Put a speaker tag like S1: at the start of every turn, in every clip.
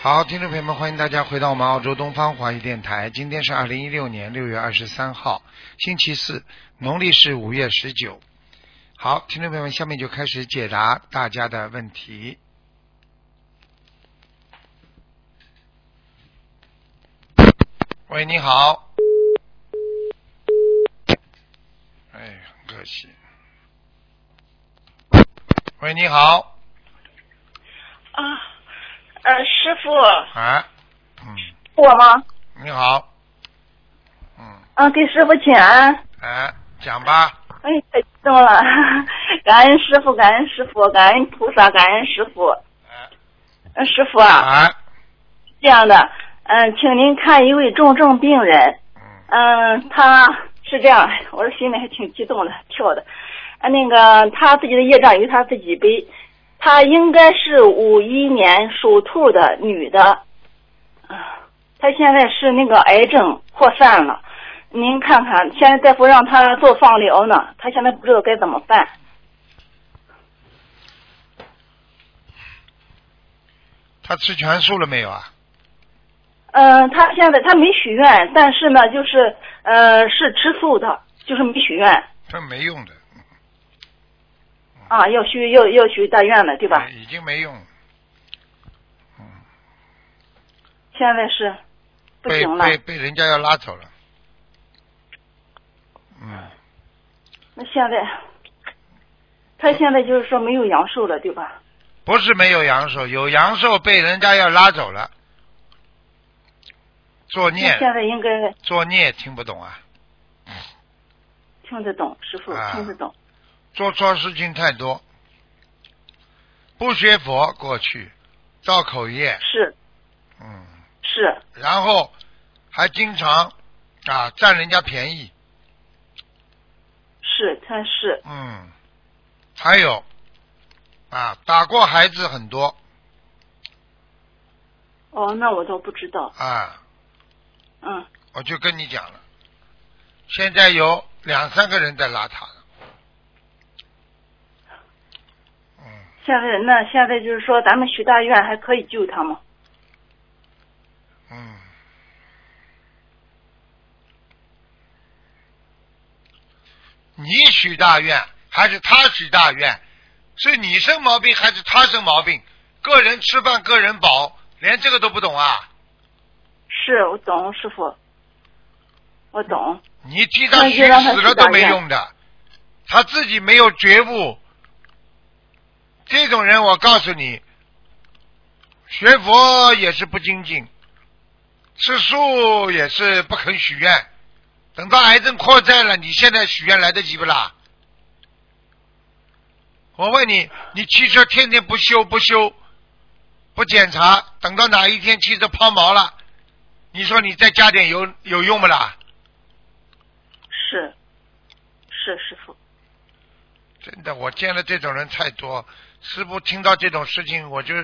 S1: 好，听众朋友们，欢迎大家回到我们澳洲东方华语电台。今天是二零一六年六月二十三号，星期四，农历是五月十九。好，听众朋友们，下面就开始解答大家的问题。喂，你好。哎，很可惜。喂，你好。
S2: 啊，呃，师傅，
S1: 哎，嗯，
S2: 是我吗？
S1: 你好。嗯，
S2: 啊，给师傅请安。
S1: 哎，讲吧。
S2: 哎，太激动了， 感恩师傅，感恩师傅，感恩菩萨，感恩师傅。
S1: 哎，
S2: 呃，师傅啊，
S1: 哎，
S2: 这样的，嗯、请您看一位重症病人，
S1: 嗯，
S2: 嗯、他是这样，我这心里还挺激动的，跳的，啊，那个他自己的业障由他自己背，他应该是五一年属兔的女的，啊，他现在是那个癌症扩散了，您看看，现在大夫让他做放疗呢，他现在不知道该怎么办，
S1: 他吃全素了没有啊？
S2: 嗯、他现在他没许愿，但是呢，就是呃是吃素的，就是没许愿。
S1: 这没用的，嗯
S2: 啊，要许要要许大愿了，对吧？
S1: 哎已经没用，嗯
S2: 现在是不
S1: 被
S2: 行了，
S1: 被被人家要拉走了。嗯，
S2: 那现在他现在就是说没有阳寿了，对吧？
S1: 不是没有阳寿，有阳寿被人家要拉走了。作
S2: 那
S1: 孽，
S2: 现在应该
S1: 作孽，听不懂啊？
S2: 听得懂，师傅、
S1: 啊
S2: 听得懂。
S1: 做错事情太多，不学佛，过去造口业，
S2: 是
S1: 嗯，
S2: 是，
S1: 然后还经常啊占人家便宜，
S2: 是，他是
S1: 嗯，还有啊，打过孩子很多
S2: 哦，那我倒不知道，
S1: 啊，
S2: 嗯，
S1: 我就跟你讲了，现在有两三个人在拉他了，嗯，
S2: 现在那现在就是说咱们许大愿还可以救他吗？
S1: 嗯，你许大愿还是他许大愿？是你生毛病还是他生毛病？个人吃饭个人饱，连这个都不懂啊！
S2: 是我懂，师傅，我懂，
S1: 你替他许死了都没用的，他自己没有觉悟。这种人，我告诉你，学佛也是不精进，吃素也是不肯许愿。等到癌症扩散了，你现在许愿来得及不啦？我问你，你汽车天天不修不修，不检查，等到哪一天汽车抛锚了，你说你再加点油有用不啦？
S2: 是是师傅，
S1: 真的，我见了这种人太多。师傅听到这种事情，我就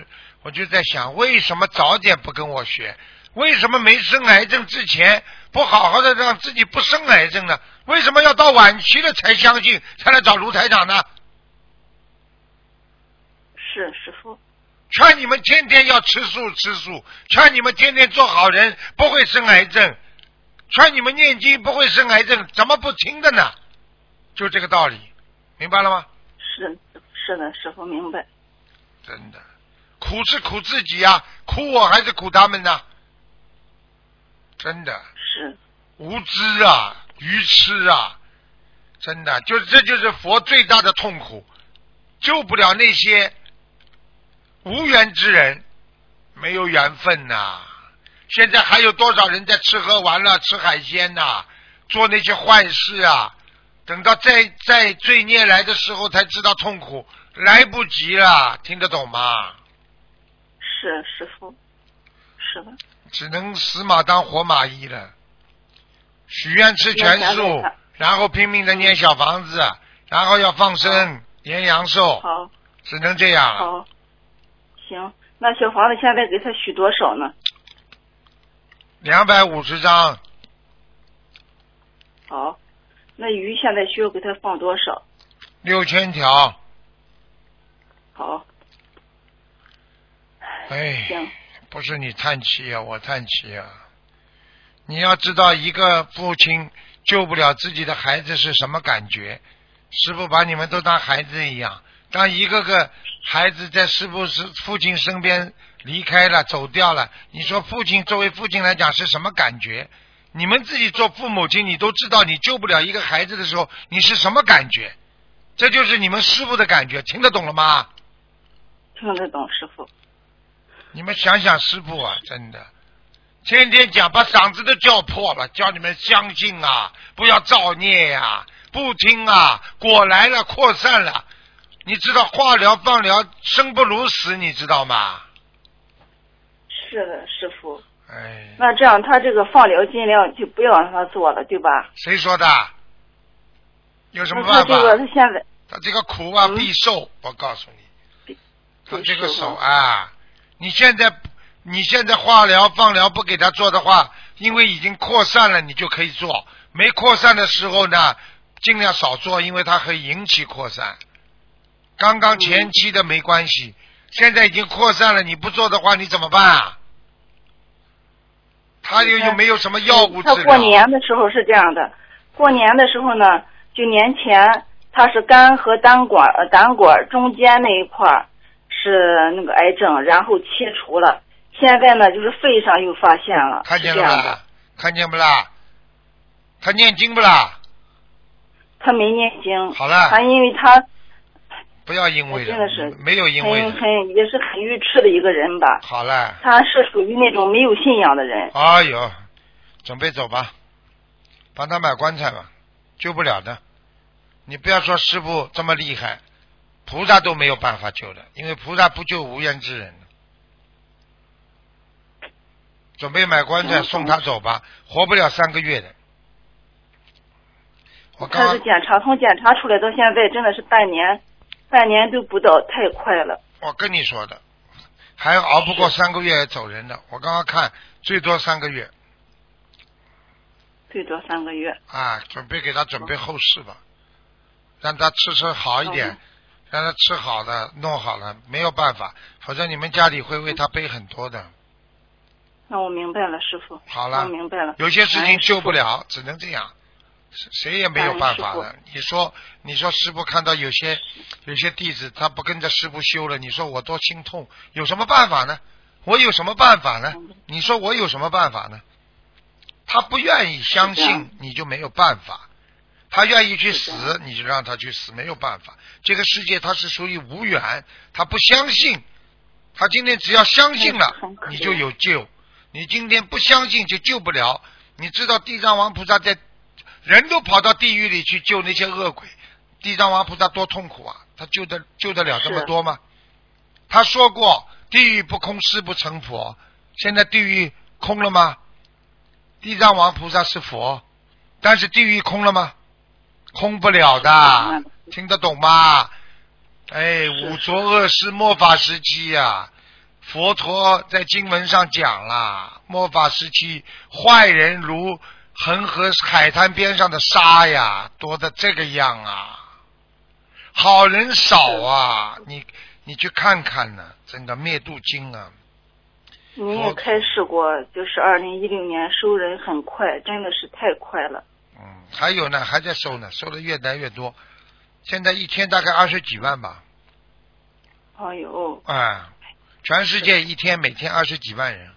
S1: 我就在想，为什么早点不跟我学？为什么没生癌症之前不好好的让自己不生癌症呢？为什么要到晚期了才相信，才来找卢台长呢？
S2: 是师傅，
S1: 劝你们天天要吃素吃素，劝你们天天做好人，不会生癌症，劝你们念经不会生癌症，怎么不听的呢？就这个道理，明白了吗？
S2: 是是的，师傅明白。
S1: 真的，苦是苦自己呀、苦我还是苦他们呢、真的，
S2: 是
S1: 无知啊，愚痴啊，真的，就这就是佛最大的痛苦，救不了那些无缘之人，没有缘分呐、现在还有多少人在吃喝玩乐、吃海鲜呐、做那些坏事啊？等到再再罪孽来的时候才知道痛苦，来不及了，听得懂吗？
S2: 是师傅，是的。
S1: 只能死马当活马医了。许愿吃全
S2: 那咱
S1: 素
S2: 们看，
S1: 然后拼命的念小房子，然后要放生、延阳寿，
S2: 好，
S1: 只能这样了。
S2: 好，行。那小房子现在给他许多少呢？
S1: 两百五十张，
S2: 好，那鱼现在需要给他放多少？
S1: 六千条，
S2: 好，
S1: 哎，
S2: 行，
S1: 不是你叹气呀、我叹气呀、你要知道，一个父亲救不了自己的孩子是什么感觉？师傅把你们都当孩子一样，当一个个孩子在师傅是父亲身边离开了、走掉了，你说父亲作为父亲来讲是什么感觉？你们自己做父母亲，你都知道你救不了一个孩子的时候，你是什么感觉？这就是你们师傅的感觉，听得懂了吗？
S2: 听得懂师傅。
S1: 你们想想师傅啊，真的，天天讲把嗓子都叫破了，叫你们相信啊，不要造孽呀、不听啊，果来了，扩散了。你知道化疗、放疗，生不如死，你知道吗？
S2: 是的，师傅。
S1: 哎，
S2: 那这样他这个放疗尽量就不要让他做了，对吧？
S1: 谁说的？有什么
S2: 那他
S1: 办
S2: 这个
S1: 法？
S2: 他现在
S1: 他这个苦啊，
S2: 嗯
S1: 必受。我告诉你，他这个
S2: 是
S1: 手
S2: 吗
S1: 啊，你现在你现在化疗放疗不给他做的话，因为已经扩散了，你就可以做；没扩散的时候呢，尽量少做，因为它会引起扩散。刚刚前期的没关系，现在已经扩散了，你不做的话，你怎么办啊？他又
S2: 你看
S1: 又没有什么药物治
S2: 他
S1: 疗。
S2: 过年的时候是这样的，过年的时候呢，就年前他是肝和胆管呃胆管中间那一块儿是那个癌症，然后切除了，现在呢就是肺上又发现了，
S1: 看见
S2: 是
S1: 了
S2: 这样的
S1: 吧？看见不啦？他念经不啦？
S2: 他没念经，
S1: 好了
S2: 他因为他
S1: 不要因为
S2: 哎真的是
S1: 没有因为
S2: 很
S1: 的，
S2: 很也是很愚痴的一个人吧，
S1: 好了。
S2: 他是属于那种没有信仰的人。
S1: 哎呦，准备走吧，帮他买棺材吧，救不了的。你不要说师傅这么厉害，菩萨都没有办法救的，因为菩萨不救无缘之人。准备买棺材
S2: 嗯
S1: 送他走吧，活不了三个月的。我刚
S2: 开始
S1: 刚
S2: 检查，从检查出来到现在真的是半年，半年都不到，太快了。
S1: 我跟你说的，还熬不过三个月走人的。我刚刚看最多三个月
S2: 最多三个月。
S1: 啊，准备给他准备后事吧，让他吃吃好一点
S2: 嗯，
S1: 让他吃好的，弄好了，没有办法，否则你们家里会为他背很多的。
S2: 那我明白了，师傅。
S1: 好了
S2: 我哦明白了。
S1: 有些事
S2: 哎
S1: 情救不了，只能这样，谁谁也没有办法
S2: 哎
S1: 了。你说，你说师傅看到有些有些弟子他不跟着师傅修了，你说我多心痛，有什么办法呢？我有什么办法呢
S2: 嗯？
S1: 你说我有什么办法呢？他不愿意相
S2: 是这样
S1: 信，你就没有办法；他愿意去
S2: 是这
S1: 死，你就让他去死，没有办法。这个世界它是属于无缘，他不相信，他今天只要相信了
S2: 嗯很，可
S1: 你就
S2: 怜
S1: 有救。你今天不相信就救不了。你知道地藏王菩萨在人都跑到地狱里去救那些恶鬼，地藏王菩萨多痛苦啊！他救得救得了这么
S2: 是
S1: 多吗？他说过地狱不空，誓不成佛。现在地狱空了吗？地藏王菩萨是佛，但是地狱空了吗？空不了的，听得懂吗？哎，
S2: 是
S1: 五浊恶世末法时期呀、佛陀在经文上讲啦，末法时期坏人如恒河海滩边上的沙呀，多的这个样啊，好人少啊，你你去看看呢、真的灭度经啊，
S2: 您
S1: 好
S2: 也开示过，就是二零一六年收人很快，真的是太快了。
S1: 嗯，还有呢，还在收呢，收的越来越多，现在一天大概二十几万吧，
S2: 哎呦，
S1: 啊，全世界一天每天二十几万人，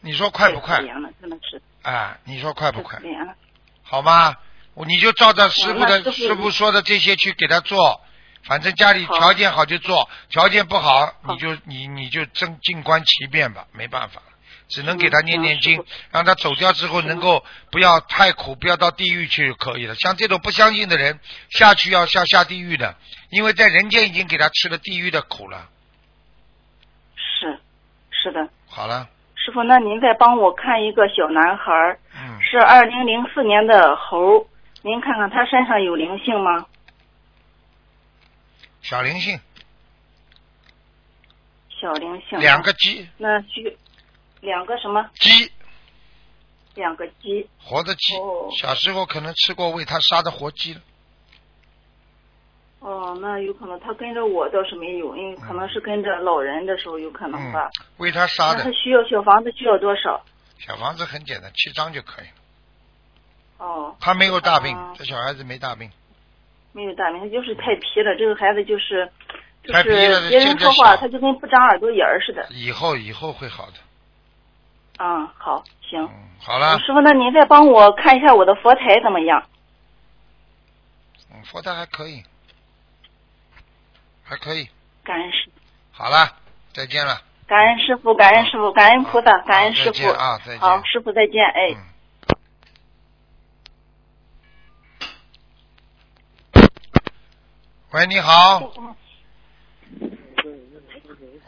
S1: 你说快不
S2: 太
S1: 快
S2: 可？怜了，真的是
S1: 啊，你说快
S2: 太
S1: 不
S2: 可
S1: 快？
S2: 怜了。
S1: 好吗？我你就照着师傅
S2: 嗯那
S1: 的
S2: 师
S1: 师
S2: 傅
S1: 傅说的这些去给他做，反正家里
S2: 好
S1: 条件好就做，条件不好
S2: 好
S1: 你就你你就真静观其变吧，没办法，只能给
S2: 嗯
S1: 他念
S2: 嗯
S1: 念
S2: 师
S1: 经
S2: 傅，
S1: 让他走掉之后
S2: 嗯
S1: 能够不要太苦，不要到地狱去就可以了。像这种不相信的人下去要下下地狱的，因为在人间已经给他吃了地狱的苦了。
S2: 是，是的，
S1: 好了，
S2: 师傅，那您再帮我看一个小男孩儿，
S1: 嗯，
S2: 是二零零四年的猴，您看看他身上有灵性吗？
S1: 小灵性，
S2: 小灵性。啊
S1: 两。个鸡
S2: 那需两个什么？
S1: 鸡
S2: 两个鸡。
S1: 活的鸡
S2: 哦，
S1: 小时候可能吃过喂他杀的活鸡了。
S2: 哦、哦，那有可能他跟着我倒是没有，因为可能是跟着老人的时候有可能吧。
S1: 为他杀
S2: 那
S1: 的
S2: 他。需要小房子需要多少？
S1: 小房子很简单，七张就可以了。
S2: 哦，
S1: 他没有大病，
S2: 哦
S1: 这小孩子没大病。
S2: 没有大名，他就是太皮了。这个孩子就是，就
S1: 太
S2: 是
S1: 皮了
S2: 别人
S1: 见着
S2: 说话
S1: 小
S2: 他就跟不长耳朵眼儿似的。
S1: 以后以后会好的。
S2: 嗯，好，行。
S1: 嗯，好了，
S2: 师傅，那您再帮我看一下我的佛台怎么样？
S1: 嗯，佛台还可以，还可以。
S2: 感恩师，
S1: 好了，再见了。啊
S2: 感恩师傅，感恩师傅，感嗯恩菩萨，感恩
S1: 好
S2: 师
S1: 再见
S2: 傅。
S1: 啊，再见。
S2: 好，师傅再见，哎。
S1: 嗯。喂，你嗯好。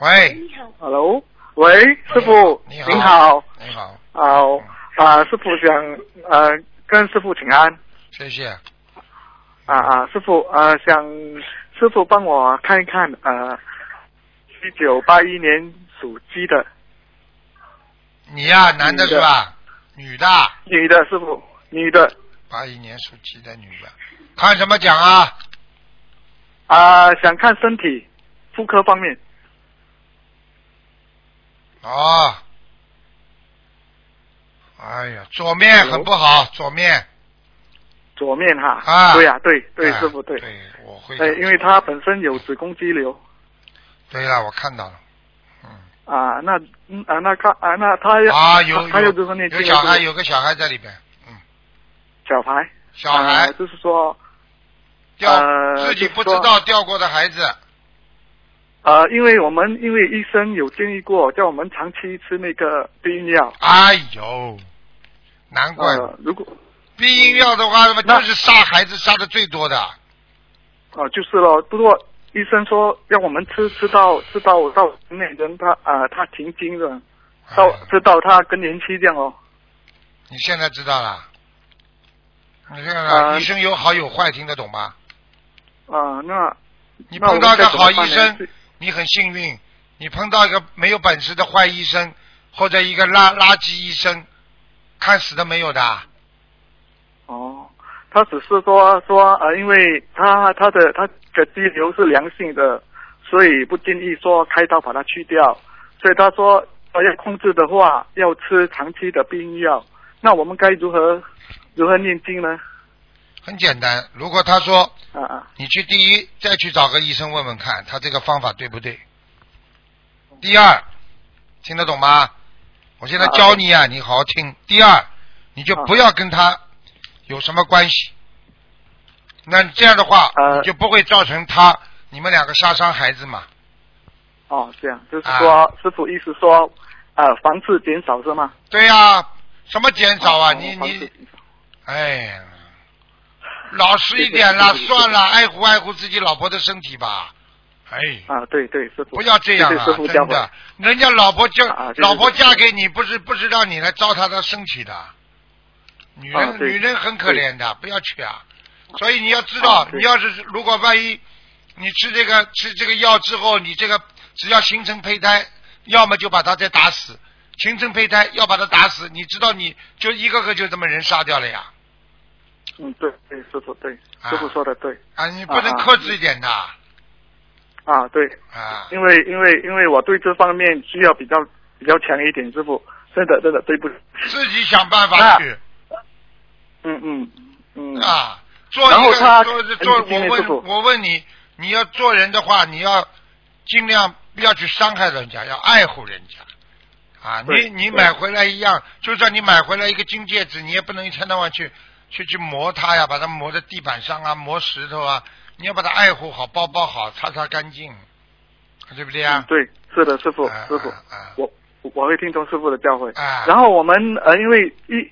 S1: 喂，
S3: Hello，喂，师傅，
S1: 哎你好嗯
S3: 您好，
S1: 你好，
S3: 好啊，师傅想呃跟师傅请安
S1: 谢谢。
S3: 啊啊，师傅呃想师傅帮我看一看呃，一九八一年属鸡的
S1: 你呀、
S2: 嗯
S1: 男的是吧？女的，
S3: 女的师傅，女的
S1: 八一年属鸡的女的，看什么讲啊？
S3: 啊、想看身体妇科方面
S1: 哦，哎呀，左面很不好，左面。
S3: 左面哈，
S1: 啊
S3: 对呀、对对、
S1: 哎
S3: 师傅对，
S1: 对，我会。
S3: 对，因为她本身有子宫肌瘤
S1: 对了，我看到了。嗯。
S3: 啊，那嗯啊那她啊那她要
S1: 啊，有
S3: 她要
S1: 有
S3: 多少念经
S1: 有
S3: 啊
S1: 小孩，
S3: 师傅
S1: 有个小孩在里边。嗯，
S3: 小孩
S1: 小孩
S3: 啊就是说。
S1: 掉
S3: 呃
S1: 自己
S3: 就是
S1: 不知
S3: 说
S1: 道掉过的孩子，
S3: 呃，因为我们因为医生有建议过，叫我们长期吃那个避孕药。
S1: 哎呦，难怪
S3: 呃，如果
S1: 避孕药的话，那么
S3: 那
S1: 就是杀孩子杀的最多的。
S3: 呃就是咯，不过医生说要我们吃吃到吃到到那人他呃他停经了，
S1: 哎
S3: 到吃到他更年期这样哦。
S1: 你现在知道了？你看看，
S3: 呃
S1: 医生有好有坏，听得懂吗？
S3: 啊、那
S1: 你
S3: 那
S1: 碰
S3: 我们
S1: 到一个
S3: 该怎么
S1: 好
S3: 办
S1: 医
S3: 呢
S1: 生，
S3: 是
S1: 你很幸运；你碰到一个没有本事的坏医生，或者一个垃垃圾医生，看死的没有的。啊
S3: 哦，他只是说说呃，因为他他的他的肌瘤是良性的，所以不建议说开刀把它去掉。所以他说，呃要控制的话，要吃长期的避孕药。那我们该如何如何念经呢？
S1: 很简单，如果他说
S3: 啊啊
S1: 你去第一，再去找个医生问问看，他这个方法对不对。第二，听得懂吗？我现在教你啊，你啊好好听。第二，你就不要跟他有什么关系。那你这样的话，
S3: 呃
S1: 你就不会造成他你们两个杀伤孩子嘛。
S3: 哦，这样就是说，师傅意思说，呃，防治减少是吗？
S1: 对呀、什么减少啊？
S3: 哦
S1: 你
S3: 防治
S1: 你，哎呀，老实一点啦，
S3: 对对对对对
S1: 算了，爱护爱护自己老婆的身体吧。哎。
S3: 啊，对对，师傅
S1: 不要这样
S3: 谢谢
S1: 啊！
S3: 师傅教
S1: 真
S3: 诲
S1: 的，人家老婆嫁、
S3: 啊对对对
S1: 老婆嫁给你，不是不是让你来糟蹋她身体的。女人、
S3: 啊对
S1: 女人很可怜的，不要去啊！所以你要知道，
S3: 啊对
S1: 你要是如果万一你吃这个吃这个药之后，你这个只要形成胚胎，要么就把它再打死，形成胚胎要把它打死，你知道你就一个个就这么人杀掉了呀！
S3: 嗯，对对，师傅对，
S1: 啊
S3: 师傅说的对
S1: 啊，你不能
S3: 啊啊
S1: 克制一点的啊
S3: 啊，对，因为因为因为我对这方面需要比较比较强一点，师傅，真的真的对不起，
S1: 自己想办法去。
S3: 嗯嗯嗯
S1: 啊，做
S3: 然
S1: 一
S3: 后
S1: 个
S3: 他
S1: 做做
S3: 嗯
S1: 做，我
S3: 今天师
S1: 问
S3: 傅
S1: 我问你，你要做人的话，你要尽量不要去伤害人家，要爱护人家。啊，你
S3: 对
S1: 你
S3: 对
S1: 买回来一样，就算你买回来一个金戒指，你也不能一天到晚去去去磨它呀，把它磨在地板上啊，磨石头啊，你要把它爱护好，包包好，擦擦干净，对不对
S3: 嗯
S1: 呀？
S3: 对，是的，师傅
S1: 啊
S3: 师傅，
S1: 啊啊
S3: 我我会听从师傅的教诲。
S1: 啊
S3: 然后我们呃，因为一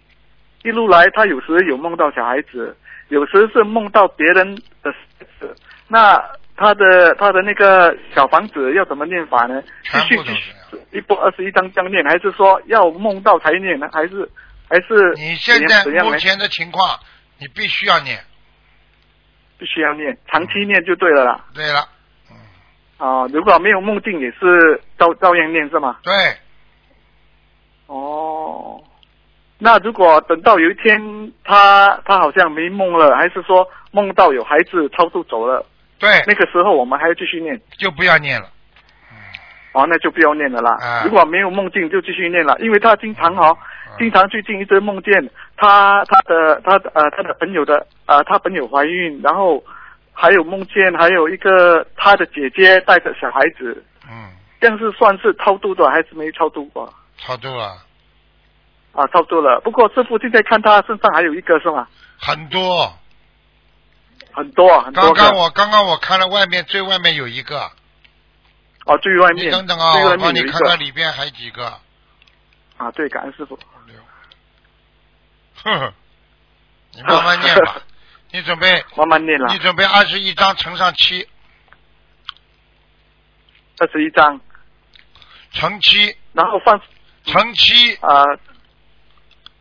S3: 一路来，他有时有梦到小孩子，有时是梦到别人的孩子。那他的他的那个小房子要怎么念法呢？继
S1: 全
S3: 续
S1: 部都
S3: 继
S1: 是
S3: 续
S1: 这样。
S3: 一波二十一章这样念，还是说要梦到才念呢？还是还是
S1: 你现
S3: 怎
S1: 在
S3: 样怎样
S1: 目
S3: 呢？
S1: 前的情况，你必须要念。
S3: 必须要念，长期念就对了啦。
S1: 对了，嗯
S3: 啊、如果没有梦境也是照照样念是吗？
S1: 对，
S3: 哦，那如果等到有一天他他好像没梦了，还是说梦到有孩子超度走了，
S1: 对，
S3: 那个时候我们还要继续念，
S1: 就不要念了。
S3: 哦，那就不要念了啦。
S1: 啊
S3: 如果没有梦境就继续念了，因为他经常哦，
S1: 嗯
S3: 经常最近一直梦见他他的他的呃他的朋友的呃他朋友怀孕，然后还有梦见还有一个他的姐姐带着小孩子，
S1: 嗯，
S3: 这样是算是超度的还是没超度过？
S1: 超度了
S3: 啊，超度了。不过师傅现在看他身上还有一个是吗？
S1: 很多。
S3: 很多啊，很多
S1: 刚
S3: 个。
S1: 刚我刚刚我看了外面最外面有一个，
S3: 哦，最外面，
S1: 你等等啊，
S3: 最外
S1: 我
S3: 面
S1: 帮你
S3: 有一
S1: 看
S3: 个
S1: 看里边还几个。
S3: 啊，对，感恩师傅。
S1: 哼哼，你慢慢念
S3: 啊
S1: 吧。你准备
S3: 慢慢念啦
S1: 你，准备二十一章乘上七，
S3: 二十一章，
S1: 乘七
S3: 然后放
S1: 乘七
S3: 啊、呃，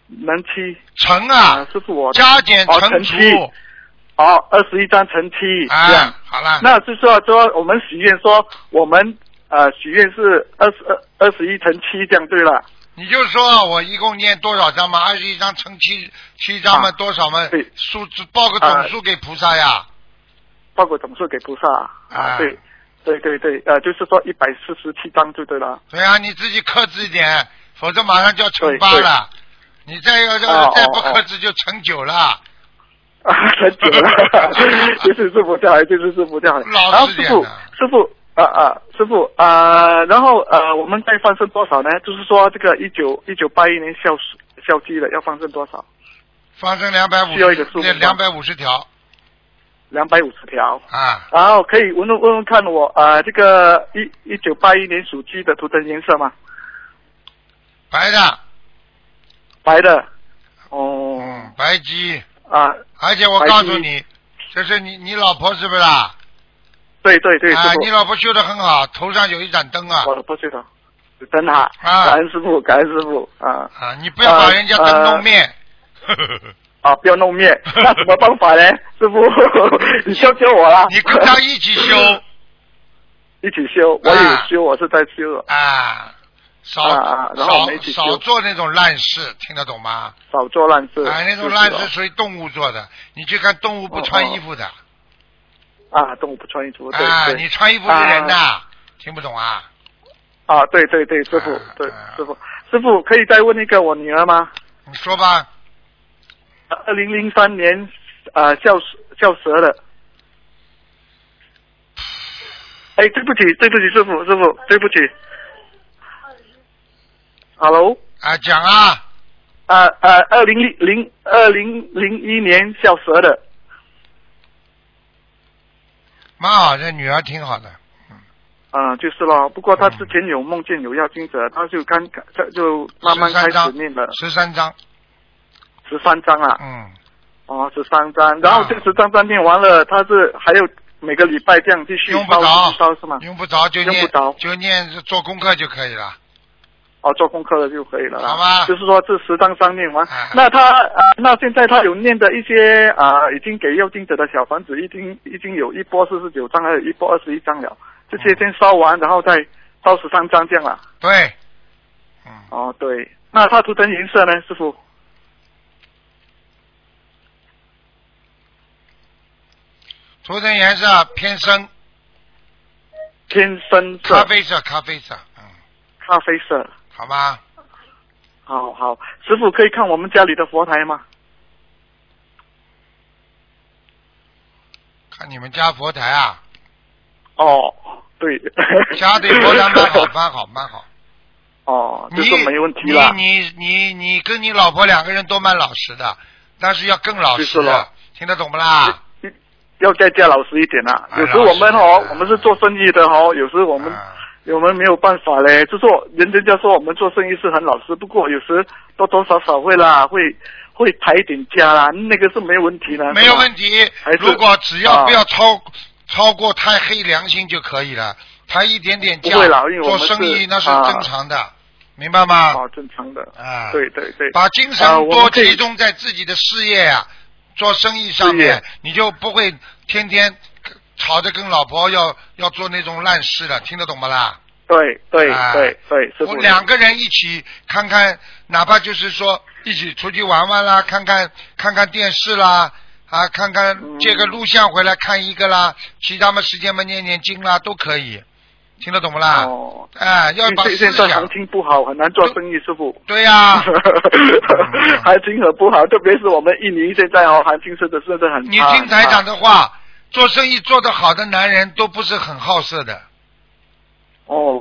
S3: 能七
S1: 乘
S3: 啊、
S1: 啊，
S3: 师傅我
S1: 加减
S3: 哦
S1: 乘
S3: 乘
S1: 除
S3: 七哦，二十一章乘七这样
S1: 啊，，好了。
S3: 那就说说我们许愿说我们呃许愿是二十二二十一乘七这样对了，
S1: 你就说我一共念多少章嘛？二十一章乘七七章嘛，
S3: 啊
S1: 多少嘛
S3: 对？啊
S1: 数字报个总数给菩萨呀。
S3: 包括总数给菩萨
S1: 啊
S3: 对对对对，呃，就是说一百四十七章就对了，
S1: 对啊，你自己克制一点，否则马上就要乘
S3: 对
S1: 八
S3: 对
S1: 了。你再要
S3: 哦
S1: 要再不
S3: 哦哦
S1: 克制就乘九了。
S3: 啊，很久了， 就是师傅教来，就是师傅教来，
S1: 老
S3: 然后
S1: 实
S3: 师
S1: 点
S3: 傅
S1: 呐
S3: 师傅。啊啊，师傅啊、呃然后呃，我们再放生多少呢？就是说这个一九一九八一年校校期的要放生多少？
S1: 放生两百五
S3: 需要一个数目
S1: 十，两百五十条
S3: 两百五十条。
S1: 啊，
S3: 然后可以问问问问看我呃这个一一九八一年属鸡的图腾颜色吗？
S1: 白的，
S3: 白的。哦。
S1: 嗯，白鸡。
S3: 啊，
S1: 而且我
S3: 白鸡
S1: 告诉你，这是你你老婆是不是啊？
S3: 对对对，
S1: 啊，
S3: 师
S1: 你
S3: 傅，
S1: 老婆修的很好，头上有一盏灯啊
S3: 我不知道，真的啊，
S1: 啊
S3: 感恩师傅，感恩师傅啊
S1: 啊！你不要把
S3: 呃
S1: 人家灯
S3: 呃
S1: 弄灭。呵呵呵。
S3: 啊，不要弄灭，那什么办法呢？师傅，你教教我啦。
S1: 你跟他一起修
S3: 一起修，我也有修，我是在修的，
S1: 啊，少
S3: 啊啊然后我们一
S1: 少
S3: 起
S1: 少
S3: 修
S1: 做那种烂事，听得懂吗？
S3: 少做烂事。
S1: 啊，那种
S3: 是
S1: 烂
S3: 的
S1: 事属于动物做的，你去看动物不穿衣服的
S3: 啊，动物不穿衣哦服，对
S1: 啊，
S3: 对
S1: 你。穿衣服是人的，听不懂啊？
S3: 啊，对对对，师傅
S1: 啊，
S3: 对
S1: 啊
S3: 师傅，师傅可以再问一个我女儿吗？
S1: 你说吧，
S3: 二零零三年呃叫叫蛇的。哎，对不起，对不起，师傅，师傅，对不起。Hello，
S1: 啊，讲啊，
S3: 呃呃，二零零零二零零一年叫蛇的
S1: 蛮好，这女儿挺好的，
S3: 啊、就是咯。不过他之前有梦见有要精者，他就刚就就慢慢开
S1: 13
S3: 始
S1: 章
S3: 念了，
S1: 十三章，
S3: 十三章嗯啊，
S1: 嗯，
S3: 哦，十三章，然后这
S1: 啊
S3: 十三章念完了，他是还有每个礼拜这样继续
S1: 用不
S3: 烧
S1: 着
S3: 继续烧是吗？
S1: 用不着就
S3: 用
S1: 念
S3: 不着
S1: 就念做功课就可以了，
S3: 哦，做功课了就可以了啦。
S1: 好吧
S3: 就是说这十张商念完，
S1: 啊
S3: 那他、呃、那现在他有念的一些啊、已经给要经者的小房子，已经已经有一波四十九张，还有一波二十一张了，这些先烧完，然后再烧十三张这样啦。
S1: 对，嗯，
S3: 哦，对，那他图腾颜色呢，师傅？
S1: 涂层颜色偏深，
S3: 偏深色，
S1: 咖啡色，咖啡色，嗯，
S3: 咖啡色。
S1: 好吗？
S3: 好好，师傅可以看我们家里的佛台吗？
S1: 看你们家佛台啊，
S3: 哦，对，
S1: 家里佛台蛮好，蛮好，蛮好。
S3: 哦，就
S1: 你
S3: 是没问题啦。
S1: 你你你你跟你老婆两个人都蛮老实的，但是要更老实
S3: 就是
S1: 的
S3: 咯，
S1: 听得懂不啦？
S3: 要再加老实一点啦、
S1: 哎
S3: 有时我们
S1: 老
S3: 哦
S1: 实，
S3: 我们是做生意的哦，有时我们、
S1: 啊
S3: 我们没有办法嘞，就说人人家说我们做生意是很老实，不过有时多多少少会啦，会会抬一点价啦，那个是没问题的。
S1: 没有问
S3: 题。
S1: 题
S3: 还是，
S1: 如果只要
S3: 啊
S1: 不要超、超过太黑良心就可以了，抬一点点价
S3: 不会啦因为，我
S1: 做
S3: 们
S1: 生意
S3: 是
S1: 那是
S3: 啊
S1: 正常的，明白吗？
S3: 哦，正常的。
S1: 啊，
S3: 对对对。
S1: 把精神
S3: 啊我
S1: 多
S3: 们可以
S1: 集中在自己的事业啊，做生意上面
S3: 事，
S1: 你就不会天天吵着跟老婆要要做那种烂事了，听得懂不啦？
S3: 对对
S1: 啊
S3: 对对，师
S1: 我
S3: 傅。
S1: 两个人一起看看，哪怕就是说一起出去玩玩啦，看看看看电视啦，啊，看看借个录像回来看一个啦，其他嘛时间嘛念念经啦都可以，听得懂不啦？
S3: 哦，
S1: 哎，要把
S3: 现
S1: 思
S3: 现在
S1: 想啊
S3: 行，情不好，很难做生意，师傅。
S1: 对 呀、嗯
S3: 行情很不好，特别是我们印尼现在哦，行情真的是很
S1: 你
S3: 差
S1: 听台长
S3: 很差
S1: 的话，做生意做得好的男人都不是很好色的，
S3: 哦，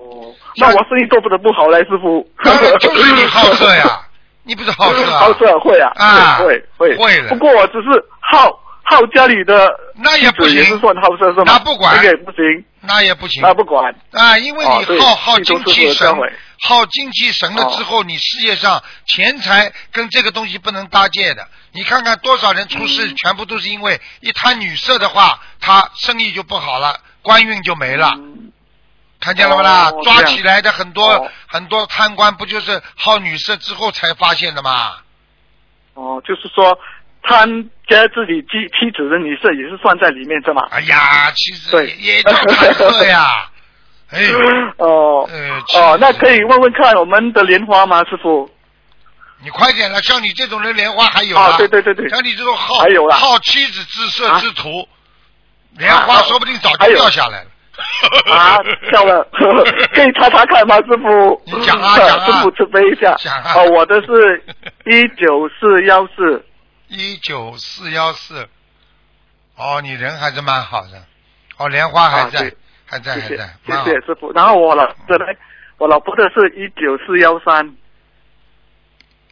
S3: 那我生意做不得不好嘞，师傅。
S1: 当然就是你好色 呀，你不是好色啊？
S3: 好色会啊，
S1: 啊
S3: 会会
S1: 会了
S3: 不过我只是好好家里的，
S1: 那也不
S3: 也是
S1: 行，
S3: 算好色是吗？
S1: 那不管
S3: 这个也不行，
S1: 那也不行
S3: 那不管。
S1: 啊，因为
S3: 哦
S1: 你
S3: 对
S1: 好好
S3: 地
S1: 精
S3: 主
S1: 气
S3: 师傅的
S1: 神
S3: 忏悔，
S1: 好精气神
S3: 哦
S1: 了之后，你事业上钱财跟这个东西不能搭界的。你看看多少人出
S3: 嗯
S1: 事，全部都是因为一贪女色的话，他生意就不好了，官运就没了。
S3: 嗯
S1: 看见了不啦？
S3: 哦
S1: 抓
S3: 这样
S1: 起来的很多、
S3: 哦
S1: 很多贪官，不就是好女色之后才发现的吗？
S3: 哦，就是说他家自己妻妻子的女色也是算在里面是吗？
S1: 哎呀，其实
S3: 对
S1: 也也叫贪色呀。哎，
S3: 哦
S1: 呃，其
S3: 哦
S1: 实，
S3: 那可以问问看我们的莲花吗，师傅？
S1: 你快点了，像你这种人莲花还有
S3: 啊，对对对对，
S1: 像你这种好
S3: 还有啦
S1: 好妻子之色之徒，莲
S3: 啊
S1: 花
S3: 啊
S1: 说不定早
S3: 还
S1: 就
S3: 有
S1: 掉下来了。
S3: 啊，笑 了，可以查查看吗，师傅？
S1: 你讲啊
S3: 呃
S1: 讲啊
S3: 师傅慈悲一下。
S1: 讲啊
S3: 哦，我的是一九四幺 四，
S1: 一九四幺四，哦，你人还是蛮好的，哦，莲花还
S3: 啊
S1: 在，
S3: 对
S1: 还在，
S3: 谢
S1: 还
S3: 谢
S1: 在，
S3: 谢
S1: 蛮好。
S3: 谢师傅。然后我老婆呢，我老婆的是一九四幺三，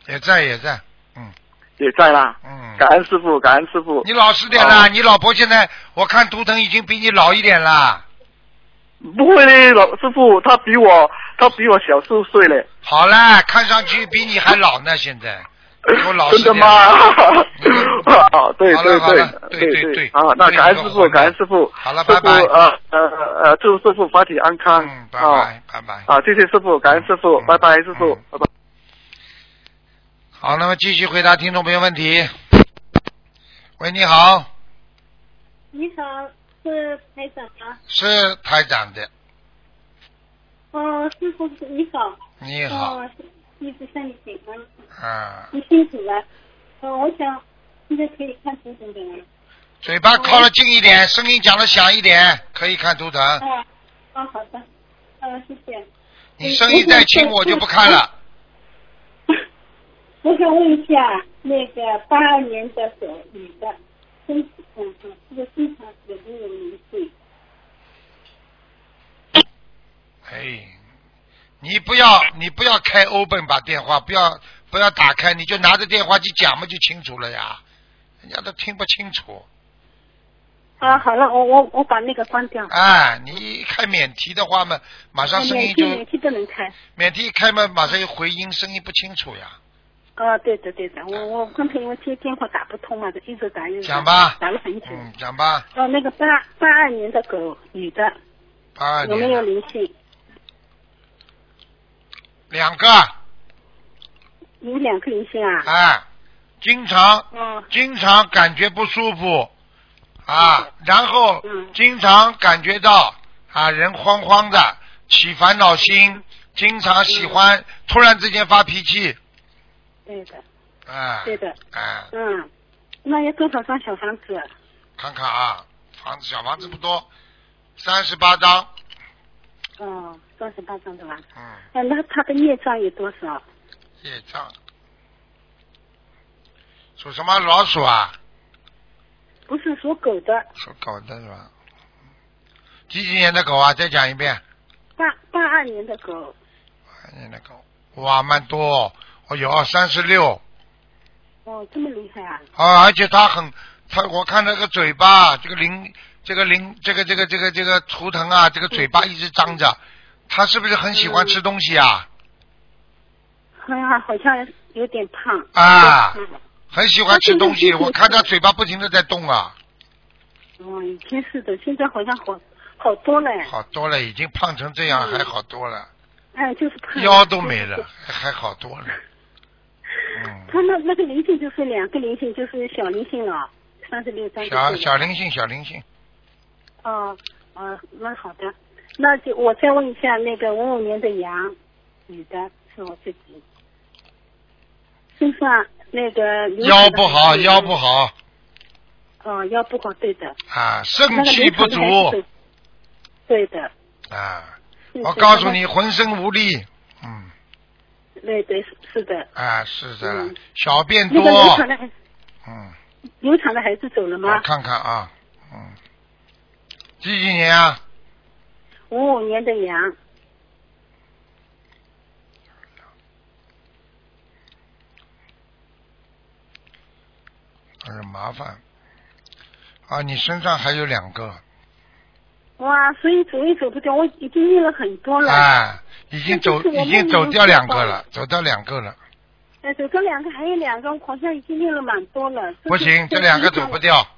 S1: 也在，也在，嗯
S3: 也在啦。
S1: 嗯。
S3: 感恩师傅，感恩师傅
S1: 你。老实点啦，
S3: 哦
S1: 你老婆现在我看图腾已经比你老一点啦。
S3: 不会嘞，老师傅，他比我他比我小四岁嘞。
S1: 好啦，看上去比你还老呢，现在。给我老实
S3: 真的
S1: 点嗯
S3: 吗？ 啊，对
S1: 好了
S3: 对
S1: 好了对
S3: 对
S1: 对对
S3: 啊，那感恩师
S1: 对
S3: 傅，感恩师傅。
S1: 好了
S3: 师
S1: 拜
S3: 傅
S1: 拜
S3: 呃呃呃，祝师傅法体安康。
S1: 嗯，拜
S3: 啊
S1: 拜，拜拜。
S3: 啊，谢谢师傅，感恩师傅
S1: 嗯，
S3: 拜拜，师傅
S1: 嗯，
S3: 拜拜。
S1: 好，那么继续回答听众朋友问题。喂，你好，
S4: 你好，是啊台长吗？
S1: 是台长的，
S4: 哦，师傅你好。
S1: 你好，
S4: 哦，一直身体健康，
S1: 啊，
S4: 你辛苦了。嗯、我想现在可以看图腾的了。
S1: 嘴巴靠得近一
S4: 哦
S1: 点，声音讲得响一点，可以看图腾。
S4: 啊，啊，好的，啊，谢谢。
S1: 你声音再轻，我就不看了。
S4: 我想问一下，那个八二年的手女的，身体嗯嗯，这个身上有没有灵性？
S1: 哎，你不要，你不要开 open 把电话，不要不要打开，你就拿着电话去讲嘛，就清楚了呀。人家都听不清楚。
S4: 啊，好了，我我我把那个关掉。
S1: 哎，你一开免提的话嘛，马上声音
S4: 哎免
S1: 就
S4: 去免去都能看。
S1: 免提一开嘛，马上又回音，声音不清楚呀。
S4: 啊，对的对的，我我刚才因为接电话打不通嘛，就一直打一直打
S1: 讲吧
S4: 打了很久。
S1: 嗯，讲吧，
S4: 哦，那个八八二年的狗，女的，
S1: 八二
S4: 有
S1: 年
S4: 没有
S1: 的
S4: 灵性？
S1: 两个，
S4: 有两个灵性啊。
S1: 哎，经常
S4: 嗯，
S1: 经常感觉不舒服啊，然后
S4: 嗯
S1: 经常感觉到啊人慌慌的，起烦恼心，经常喜
S4: 嗯
S1: 欢突然之间发脾气，
S4: 对的，
S1: 哎，
S4: 对的。
S1: 哎，
S4: 嗯，那要多少张小房子？
S1: 看看啊，房子小房子不多，三十八张，
S4: 哦，三十八张的吧？
S1: 嗯，
S4: 哎，那他的业障有多少？
S1: 业障。属什么老鼠啊？
S4: 不是属狗的，
S1: 属狗的是吧？几几年的狗啊？再讲一遍。
S4: 八八二年的狗。
S1: 八年的狗，哇，蛮多、哦，哦有三十六
S4: 哦，这么厉害啊！
S1: 啊，而且它很，它我看那个嘴巴，这个鳞，这个鳞，这个这个这个这个图腾啊，这个嘴巴一直张着，它是不是很喜欢吃东西啊？
S4: 好像哎好像有点胖。
S1: 啊
S4: 嗯
S1: 很喜欢吃东西，
S4: 它现在就是
S1: 我看它嘴巴不停的在动啊，
S4: 哦，以前是的，现在好像好好多了。
S1: 好多了，已经胖成这样，
S4: 嗯
S1: 还好多了，
S4: 哎，就是胖。
S1: 腰都没了，还好多了，嗯
S4: 他那那个灵性就是两个灵性，就是小灵性了，三十六张就
S1: 小
S4: 对了
S1: 小灵性，小灵性。
S4: 哦，哦，那好的，那就我再问一下那个五五年的羊，女的是我自己，身上那个
S1: 腰不好，腰不好，
S4: 嗯，腰不够，对的。
S1: 啊，
S4: 那
S1: 肾
S4: 个
S1: 气
S4: 灵
S1: 不
S4: 堂应
S1: 足
S4: 该是对。对的。
S1: 啊，
S4: 是
S1: 我
S4: 是
S1: 告诉你，。浑身无力，嗯，
S4: 那个对对是是的。
S1: 啊，是的了
S4: 嗯，
S1: 小便
S4: 那个流
S1: 多
S4: 产，的
S1: 嗯，
S4: 流产的孩子走了
S1: 我
S4: 吗？
S1: 看看啊，嗯，几几年啊？
S4: 五五年的羊，
S1: 哎呀，麻烦啊！你身上还有两个，
S4: 哇，所以走也走不掉，我已经念了很多了。
S1: 啊，已经走，
S4: 那哦就是我
S1: 已经
S4: 梦
S1: 走
S4: 中
S1: 掉
S4: 做
S1: 两
S4: 到
S1: 个
S4: 的
S1: 了，走掉两个了，
S4: 哎，走这两个还有两个，我好像已经念了蛮多了。
S1: 不行，这两个走不
S4: 掉。
S1: 掉，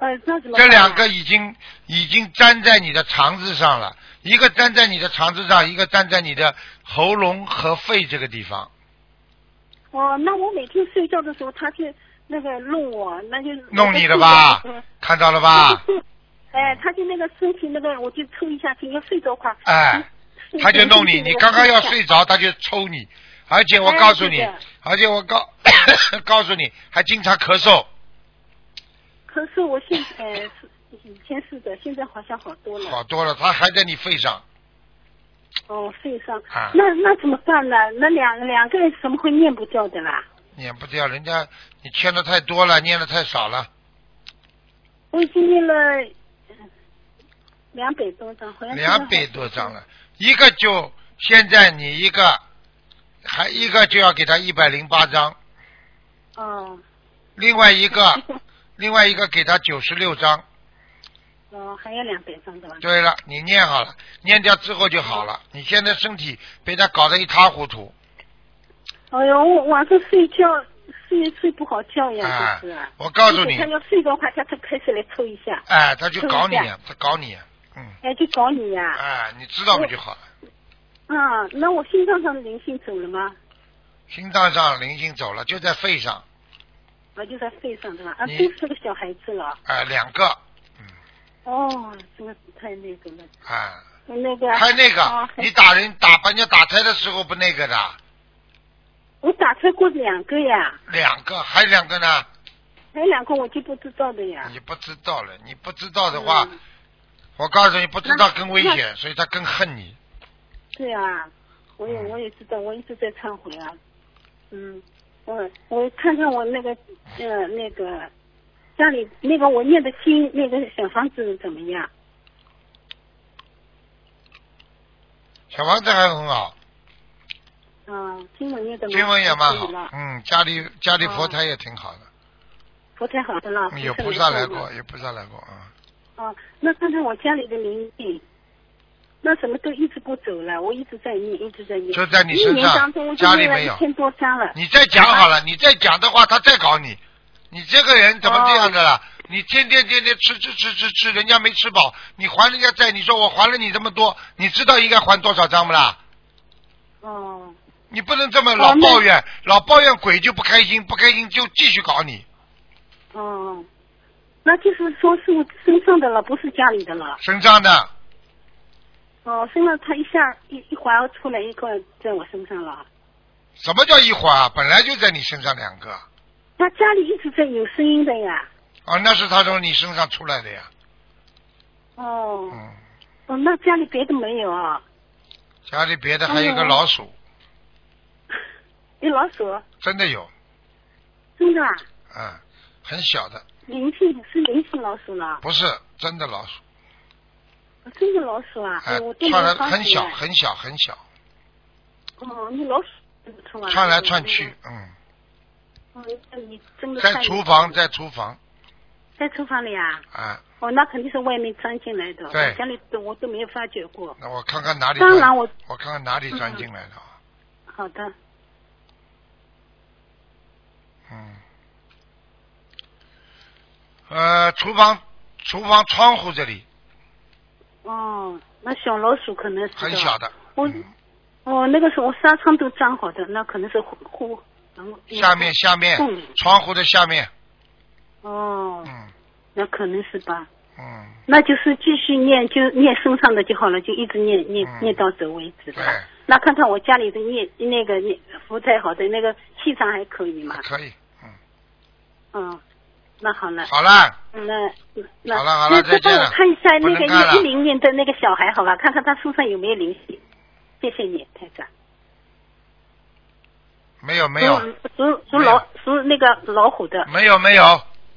S4: 呃，那怎么
S1: 这
S4: 办啊？
S1: 两个已经已经粘在你的肠子上了，一个粘在你的肠子上，一个粘在你的喉咙和肺这个地方。
S4: 哦，那我每天睡觉的时候，他去那个弄我，那就
S1: 弄你的 吧看到了吧？
S4: 嗯哎，他就那个身体那个，我就抽一下筋，要睡着快。
S1: 哎，
S4: 嗯
S1: 他就弄你，你刚刚要睡。着，他就抽你，而且我
S4: 哎
S1: 告诉
S4: 是
S1: 你
S4: 的，
S1: 而且我告 告诉你，还经常咳嗽。
S4: 可是我现在是以前是的，现在好像好多了。
S1: 好多了，他还在你肺上，
S4: 哦，肺上。
S1: 啊
S4: 那那怎么办呢？那两两个人怎么会念不掉的啦？
S1: 念不掉。人家你欠的太多了，念的太少了。
S4: 我已经念了嗯两百多张，好像现在
S1: 两百多张了，一个就现在你一个，还一个就要给他一百零八张，
S4: 好。哦。
S1: 另外一个另外一个给他九十六张。
S4: 哦，还有两百张的吧？
S1: 对了，你念好了，念掉之后就好了。你现在身体被他搞得一塌糊涂
S4: 哎呦，我晚上睡觉睡睡不好觉呀，
S1: 啊
S4: 就是。！
S1: 我告诉你
S4: 他，要睡着快，他就开始来抽一下，
S1: 哎，他就搞你
S4: 是不是，
S1: 他搞你，嗯，
S4: 哎，就搞你呀、
S1: 哎，你知道不就好了？
S4: 啊。那我心脏上的灵性走了吗？
S1: 心脏上灵性走了，就在肺上，
S4: 啊，就在肺上对吧？啊，
S1: 你
S4: 肺是个小孩子了。
S1: 哎，两个，
S4: 哦，这个太那个了，
S1: 哎。
S4: 那个。
S1: 还那
S4: 哦
S1: 个，你打人打把人家打胎的时候不那个的，
S4: 我打车过两个呀，
S1: 两个还两个呢，
S4: 还两个我就不知道的呀。嗯
S1: 你不知道了，你不知道的话，我告诉你不知道更危险，所以他更恨你。
S4: 对啊，我也
S1: 嗯
S4: 我也知道，我一直在忏悔啊。嗯，我我看看我那个呃那个家里那个我念的经那个小房子怎么样？
S1: 小房子还很好，
S4: 啊，经文念的
S1: 经文也蛮好
S4: 了，，
S1: 嗯，家里家
S4: 哦
S1: 里佛台也挺好的，
S4: 佛太好的了，
S1: 嗯有
S4: 菩
S1: 菩
S4: 萨
S1: 萨
S4: 来
S1: 来
S4: 过
S1: 过，有菩萨来过啊。
S4: 嘛。啊，那看看我家里的灵性，那怎么都一直不走了？我一直在念，一直在念。
S1: 就在你身上
S4: 一年当中我就
S1: 家里
S4: 念了
S1: 没有
S4: 一千多张了。
S1: 你再讲好了，你再讲的话，他再搞你。你这个人怎么这样的啦？你天天天天吃吃吃吃吃，人家没吃饱，你还人家债，你说我还了你这么多，你知道应该还多少张不啦？
S4: 哦，
S1: 你不能这么老抱怨，老抱怨鬼就不开心，不开心就继续搞你，
S4: 哦，那就是说是我身上的了，不是家里的了。
S1: 身上的
S4: 哦，身上它一下一一划出来一个在我身上了，
S1: 什么叫一会儿啊？本来就在你身上两个
S4: 他家里一直在有声音的呀。
S1: 啊，那是他从你身上出来的呀。
S4: 哦，
S1: 嗯，
S4: 哦，那家里别的没有啊？
S1: 家里别的还有一
S4: 还
S1: 个
S4: 有
S1: 老鼠，
S4: 有哎老鼠，
S1: 真的有，
S4: 真的啊，
S1: 嗯，很小的，
S4: 灵性是灵性老鼠了，
S1: 不是真的老鼠，
S4: 真的老鼠啊！
S1: 哎、
S4: 我都没
S1: 窜来
S4: 有发
S1: 很小
S4: 现。
S1: 很小很小，
S4: 啊哦，你老鼠窜
S1: 窜来窜去。，嗯，
S4: 哦，那你真的
S1: 在
S4: 太
S1: 厨房在厨房
S4: 在厨房里啊？
S1: 啊，
S4: 哦，那肯定是外面钻进来的。
S1: 对
S4: 我家里都我都没有发觉过。
S1: 那我看看哪里
S4: 当然嗯
S1: 钻，
S4: 我
S1: 我看看哪里钻进来的啊，
S4: 好的，
S1: 嗯，呃，厨房厨房窗户这里。
S4: 哦，那小老鼠可能是啊
S1: 很
S4: 吧
S1: 小的，
S4: 我
S1: 嗯
S4: 哦，那个时候纱窗都粘好的，那可能是户户，然后嗯
S1: 下面下面
S4: 洞里
S1: 窗户的下面，
S4: 哦，
S1: 嗯
S4: 那可能是吧。
S1: 嗯，
S4: 那就是继续念，就念身上的就好了，就一直念念
S1: 嗯
S4: 念到走为止吧
S1: 对。
S4: 那看看我家里的念那个念福太好的那个气场还可以嘛？
S1: 可以，嗯，
S4: 嗯，那好了，
S1: 好了，
S4: 那那
S1: 好了好了
S4: 那再
S1: 再见
S4: 帮我
S1: 了
S4: 看一下
S1: 不
S4: 那
S1: 能
S4: 个
S1: 看了
S4: 一一零年的那个小孩，好吧，看看他身上有没有灵性。谢谢你，台长。
S1: 没有没有
S4: 属属属
S1: 没有
S4: 老属那个老虎的，
S1: 没有没有，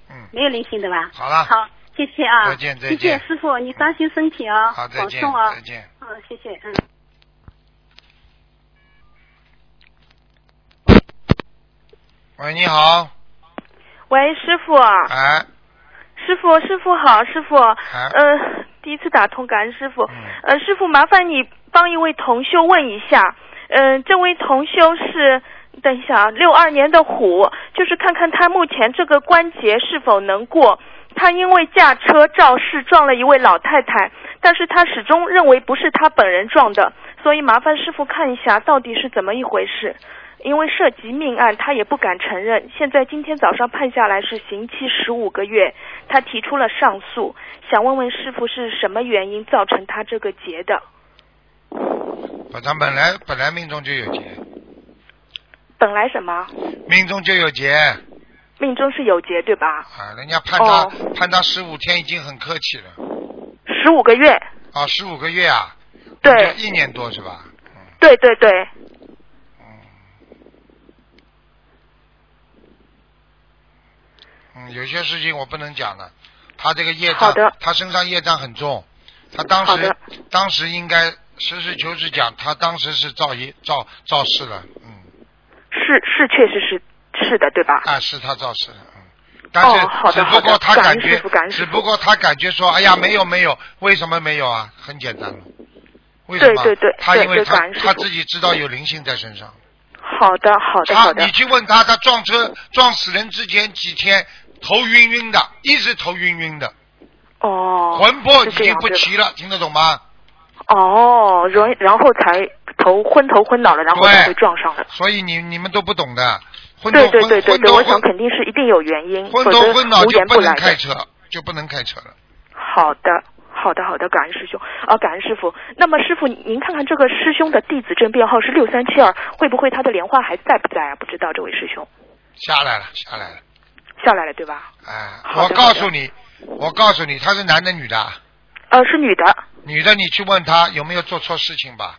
S1: 嗯，
S4: 没有灵性的吧？
S1: 好了
S4: 好，谢谢啊，
S1: 再见再
S4: 谢
S1: 见
S4: 谢师傅，你当心身体啊，
S1: 好再
S4: 保
S1: 见
S4: 重啊
S1: 再，见。
S4: 嗯，谢谢，嗯。
S1: 喂，你
S4: 啊
S1: 好，
S5: 喂，师傅，
S1: 哎，
S5: 师傅，师傅好，师傅，呃，第一次打通，感恩师傅，
S1: 嗯
S5: 呃，师傅麻烦你帮一位同修问一下，嗯、这位同修是，等一下啊，六二年的虎，就是看看他目前这个关节是否能过。他因为驾车肇事撞了一位老太太，但是他始终认为不是他本人撞的，所以麻烦师傅看一下到底是怎么一回事。因为涉及命案，他也不敢承认。现在今天早上判下来是刑期十五个月，他提出了上诉，想问问师傅是什么原因造成他这个结的？
S1: 把他本来本来命中就有劫，
S5: 本来什么
S1: 命中就有劫
S5: 命中是有劫对吧？
S1: 啊，人家判他、
S5: 哦
S1: 判他十五天已经很客气了
S5: 十五个月，
S1: 啊，十五个月啊，
S5: 对
S1: 就一年多是吧？嗯
S5: 对对对，
S1: 嗯，有些事情我不能讲了，他这个业
S5: 好
S1: 障
S5: 的，
S1: 他身上业障很重，他当
S5: 好
S1: 时
S5: 的
S1: 当时应该实事求是讲，他当时是造业造造事了，嗯，
S5: 是是确实是是的对吧？
S1: 啊，是他造事了。嗯，但是、
S5: 哦好
S1: 只
S5: 的
S1: 不过
S5: 好的
S1: 他
S5: 感恩
S1: 感觉
S5: 师父感恩，师
S1: 只
S5: 父
S1: 不过他感觉说，哎呀，没有没有，为什么没有啊？很简单了，为什
S5: 对
S1: 么？
S5: 对对
S1: 他
S5: 对
S1: 因为
S5: 对
S1: 他
S5: 感恩师
S1: 他
S5: 父
S1: 自己知道有灵性在身上，
S5: 好的好的
S1: 他
S5: 好的
S1: 你，去问他，他撞车撞死人之前几天头晕晕的，一直头晕晕的，
S5: 哦，
S1: 魂魄
S5: 是
S1: 已
S5: 这
S1: 经
S5: 样
S1: 不
S5: 对吧
S1: 齐了，听得懂吗？
S5: 哦，然然后才头昏头昏脑了，然后才会撞上的。
S1: 所以你你们都不懂的，昏头
S5: 对对
S1: 昏
S5: 对对
S1: 昏
S5: 对，
S1: 头
S5: 我想
S1: 昏
S5: 肯定是一定有原因，否
S1: 昏头昏脑
S5: 则无
S1: 就
S5: 言
S1: 不
S5: 不
S1: 能
S5: 来
S1: 开
S5: 的。
S1: 车，就不能开车了。
S5: 好的，好的，好的，感恩师兄啊，感恩师傅。那么师傅，您看看这个师兄的弟子证编号是六三七二，会不会他的莲花还在不在啊？不知道这位师兄
S1: 下来了，下来了。
S5: 下来了对吧？
S1: 哎，我
S5: 好的
S1: 告诉你，我告诉你，他是男的女的啊？
S5: 呃，是女的
S1: 女的，你去问他有没有做错事情吧。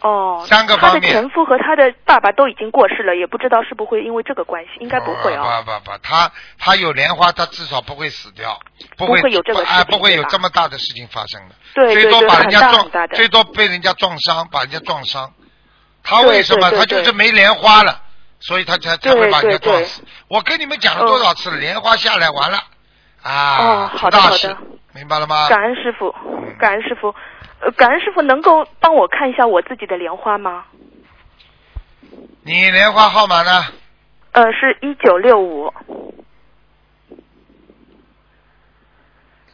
S5: 哦。
S1: 三个
S5: 她
S1: 方
S5: 的
S1: 面
S5: 前夫和她的爸爸都已经过世了，也不知道是不会因为这个关系，应该不会啊。
S1: 不不不，他他有莲花，他至少不会死掉，不会
S5: 不会有这个
S1: 不哎
S5: 事情
S1: 不会有
S5: 对吧
S1: 这么大的事情发生的。
S5: 对对
S1: 最多
S5: 对，
S1: 把人
S5: 很
S1: 家
S5: 大很大
S1: 撞，
S5: 的。
S1: 最多被人家撞伤，把人家撞伤。他
S5: 对
S1: 为什么？
S5: 对对
S1: 他就是
S5: 对
S1: 没莲花了，所以他才才
S5: 对
S1: 会把人家
S5: 对对嗯
S1: 撞死。我跟你们讲了多少次了，莲花下来完了啊
S5: 哦，
S1: 出
S5: 好的
S1: 大
S5: 好
S1: 事
S5: 的，
S1: 明白了吗？
S5: 感恩师傅，
S1: 嗯
S5: 感恩师傅，呃，感恩师傅能够帮我看一下我自己的莲花吗？
S1: 你莲花号码呢？
S5: 呃，是一九六五，哦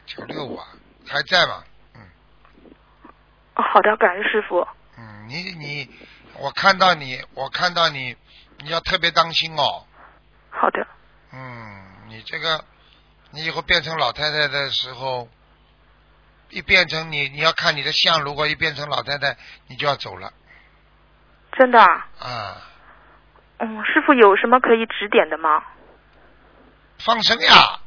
S1: 九六五啊，还在吗？嗯
S5: 好的，感恩师傅。
S1: 嗯，你你，我看到你，我看到你，你要特别当心哦。
S5: 好的，
S1: 嗯，你这个，你以后变成老太太的时候，一变成你，你要看你的相，如果一变成老太太，你就要走了
S5: 真的啊，
S1: 啊、
S5: 嗯，师傅有什么可以指点的吗？
S1: 放生呀，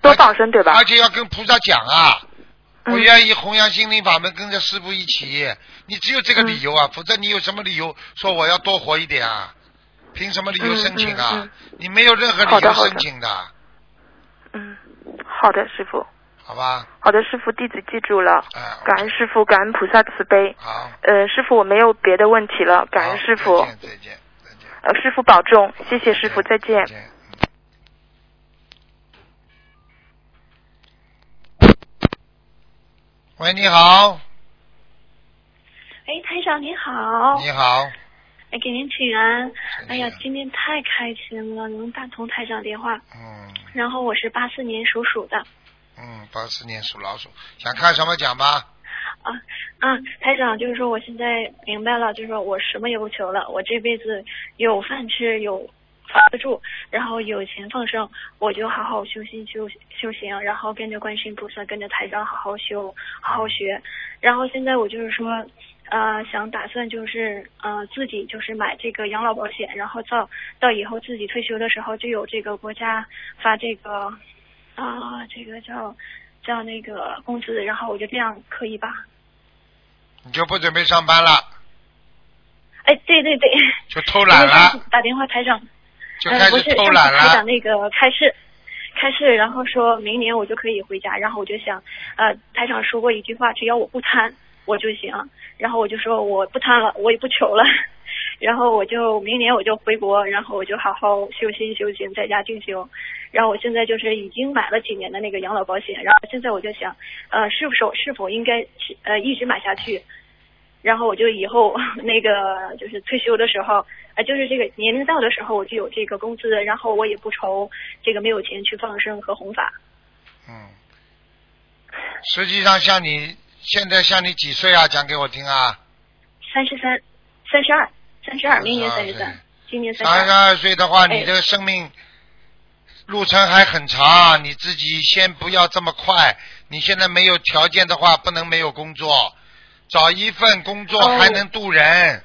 S5: 多放生对吧
S1: 而？且要跟菩萨讲啊，我
S5: 嗯
S1: 愿意弘扬心灵法门，跟着师傅一起。你只有这个理由
S5: 嗯
S1: 啊，否则你有什么理由说我要多活一点啊？凭什么理由申请啊？
S5: 嗯嗯
S1: 你没有任何
S5: 好
S1: 理由
S5: 的好的
S1: 申请的，
S5: 嗯，好的，师傅，
S1: 好吧？
S5: 好的，师傅，弟子记住了。
S1: 啊、
S5: 感恩师傅，感恩菩萨慈悲。
S1: 好，
S5: 呃，师傅，我没有别的问题了，感
S1: 好
S5: 恩师傅
S1: 再。见，再见，再见。
S5: 呃，师傅保重，谢谢师傅，再
S1: 哎再
S5: 见。
S1: 见。喂，你好，
S6: 哎，台长您好，
S1: 你好，
S6: 哎，给您请安。
S1: 谢
S6: 哎呀
S1: 谢，
S6: 今天太开心了，能打通台长电话。
S1: 嗯
S6: 然后我是八四年属鼠的，
S1: 嗯，八四年属老鼠，想看什么讲吧？
S6: 啊，台长就是说我现在明白了，就是说我什么也不求了，我这辈子有饭吃，有房子住，然后有钱放生，我就好好修心修修行，然后跟着观世音菩萨，跟着台长好好修，好好学。然后现在我就是说，呃想打算就是呃自己就是买这个养老保险，然后到到以后自己退休的时候就有这个国家发这个啊、这个叫叫那个工资，然后我就这样可以吧？
S1: 你就不准备上班了，
S6: 哎，对对对，
S1: 就偷懒
S6: 因为上
S1: 了
S6: 次，打电话台长，
S1: 就开始偷懒
S6: 呃、不是上次台
S1: 了
S6: 长。那个开市，开市，然后说明年我就可以回家，然后我就想，呃，台长说过一句话，只要我不贪，我就行。然后我就说我不贪了，我也不求了， 然后我就明年我就回国，然后我就好好修心修行，在家静修。然后我现在就是已经买了几年的那个养老保险，然后现在我就想，呃，是否是否应该去呃一直买下去？然后我就以后 那个就是退休的时候，啊、就是这个年龄到的时候，我就有这个工资，然后我也不愁这个没有钱去放生和弘法。
S1: 嗯，实际上像你现在像你几岁啊？讲给我听啊。
S6: 三十三，三十二，三十二，明年三十
S1: 32
S6: 三，今年三
S1: 三
S6: 十
S1: 十
S6: 二。
S1: 二岁的话，
S6: 哎
S1: 你这个生命路程还很长，你自己先不要这么快。你现在没有条件的话，不能没有工作，找一份工作
S6: 哦
S1: 还能渡人，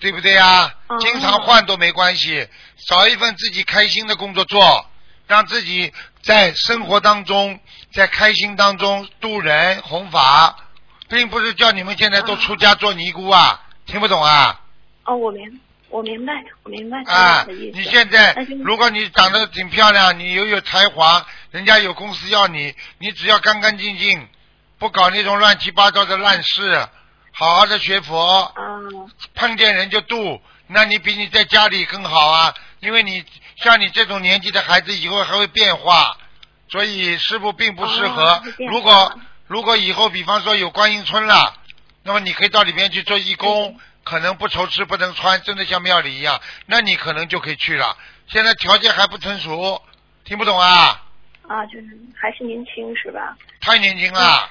S1: 对不对呀？
S6: 哦
S1: 经常换都没关系，找一份自己开心的工作做，让自己在生活当中，在开心当中渡人弘法，并不是叫你们现在都
S6: 嗯
S1: 出家做尼姑啊，听不懂啊？
S6: 哦，我明，我明白，我明白
S1: 啊
S6: 你的意，思。
S1: 你现在
S6: 但是你
S1: 如果你长得挺漂亮，你又有才华，人家有公司要你，你只要干干净净，不搞那种乱七八糟的烂事，好好的学佛，
S6: 啊，
S1: 碰见人就度，那你比你在家里更好啊，因为你像你这种年纪的孩子，以后还会变化，所以师傅并不适合。
S6: 哦会变化
S1: 如果如果以后比方说有观音村了，那么你可以到里面去做义
S6: 嗯
S1: 工，可能不愁吃不能穿，真的像庙里一样，那你可能就可以去了。现在条件还不成熟，听不懂啊，
S6: 啊，就是还是年轻是吧？
S1: 太年轻了，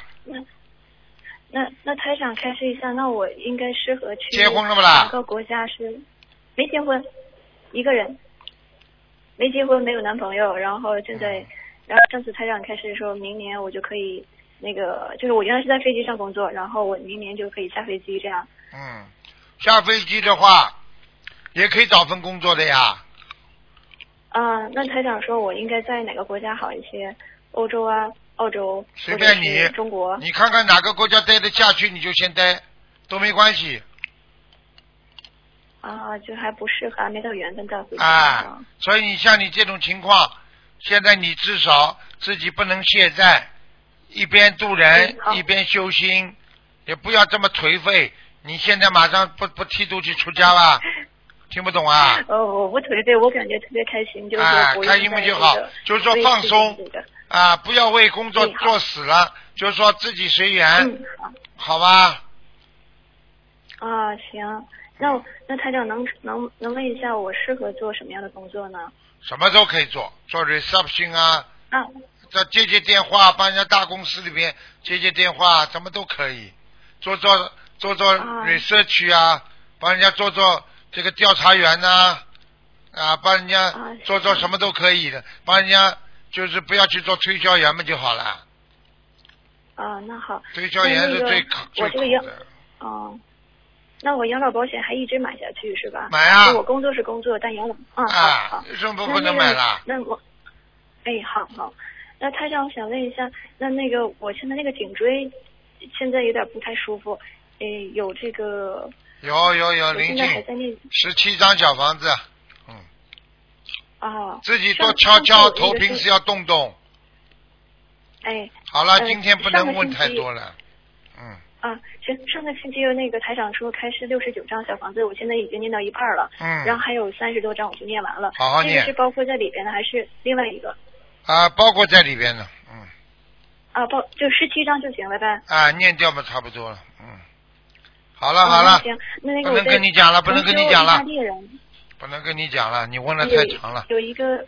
S6: 那那台长开示一下，那我应该适合去
S1: 结婚了不啦
S6: 哪个国家是？没结婚，一个人，没结婚，没有男朋友，然后现
S1: 嗯
S6: 在，然后上次台长开始说明年我就可以那个，就是我原来是在飞机上工作，然后我明年就可以下飞机这样。
S1: 嗯，下飞机的话也可以找份工作的呀，
S6: 啊、那台长说我应该在哪个国家好一些？欧洲啊，澳洲，
S1: 随便
S6: 或者
S1: 你
S6: 是中国。
S1: 你看看哪个国家待得下去，你就先待，都没关系
S6: 啊，就还不适合，还没到缘分再回去。
S1: 啊。所以你像你这种情况，现在你至少自己不能懈怠，一边渡人
S6: 嗯好
S1: 一边修心，也不要这么颓废。你现在马上不不剃度去出家 吧？听不懂啊？
S6: 呃，我不颓废，我感觉特别开心，就是
S1: 啊
S6: 活跃
S1: 开心
S6: 在
S1: 不就
S6: 这
S1: 好
S6: 个
S1: 就是说
S6: 微
S1: 放
S6: 信
S1: 松
S6: 这个
S1: 啊，不要为工作
S6: 嗯好
S1: 做死了，就是说自己随缘，
S6: 嗯，好
S1: 好吧？
S6: 啊，行。那我那台长能能能问一下，我适合做什么样的工作呢？
S1: 什么都可以做，做 reception 啊，
S6: 啊，
S1: 这接接电话，帮人家大公司里边接接电话，什么都可以，做做做做
S6: 啊
S1: research 啊，帮人家做做这个调查员呐、啊，帮人家
S6: 啊
S1: 做做
S6: 是
S1: 什么都可以的，帮人家就是不要去做推销员嘛就好了，
S6: 啊，那好，
S1: 推销员是
S6: 那那个
S1: 最可最
S6: 我这个要
S1: 苦的。
S6: 嗯，那我养老保险还一直买下去是吧？
S1: 买啊
S6: 就我工作是工作，但养老，嗯，好
S1: 啊
S6: 好，。
S1: 为什么
S6: 那
S1: 不能买啦？
S6: 那个那我，哎，好好。那台长，我想问一下，那那个我现在那个颈椎现在有点不太舒服，哎，有这个，
S1: 有有有
S6: 我
S1: 灵
S6: 现在还
S1: 性，
S6: 在那
S1: 十七张小房子，
S6: 啊，
S1: 自己
S6: 上
S1: 多敲
S6: 上
S1: 敲
S6: 次
S1: 头，
S6: 我那个
S1: 平
S6: 是
S1: 时要动动。
S6: 哎
S1: 好了，
S6: 呃
S1: 今天不
S6: 上
S1: 能
S6: 个
S1: 问
S6: 星
S1: 太
S6: 期
S1: 多了，嗯
S6: 啊，行，上个星期那个台长说开是六十九张小房子，我现在已经念到一半了，
S1: 嗯。
S6: 然后还有三十多张我就念完了，
S1: 好好
S6: 这
S1: 念
S6: 个是包括在里边的还是另外一个？
S1: 啊，包括在里边呢，嗯，
S6: 啊，包就十七张就行了呗。
S1: 啊，念掉嘛，差不多了，嗯，好了
S6: 啊
S1: 好了，
S6: 行，那那个
S1: 不
S6: 我嗯
S1: 能
S6: 在
S1: 跟你讲了，不能跟你讲
S6: 同修
S1: 了
S6: 意大，利人
S1: 不能跟你讲了，你问的
S6: 有
S1: 太长了，
S6: 有一个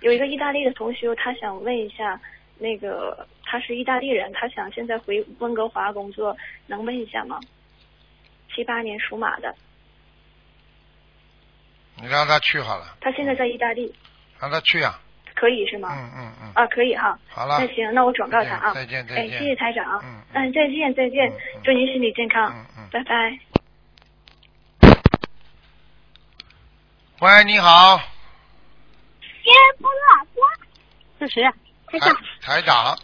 S6: 有一个意大利的同学，他想问一下，那个他是意大利人，他想现在回温哥华工作，能问一下吗？七八年属马的，
S1: 你让他去好了，
S6: 他现在在意大利，
S1: 让他去啊，
S6: 可以是吗？
S1: 嗯嗯嗯，
S6: 啊，可以哈。
S1: 好了
S6: 那，行，那我转告他啊。啊
S1: 再见再
S6: 哎，
S1: 见
S6: 谢谢台长啊。
S1: 嗯嗯
S6: 嗯，再见再见
S1: 嗯嗯，
S6: 祝您身体健康。
S1: 嗯嗯。
S6: 拜拜。
S1: 喂，你好，
S4: 别不老婆，
S7: 是谁
S4: 啊
S7: 呀、
S1: 台台长，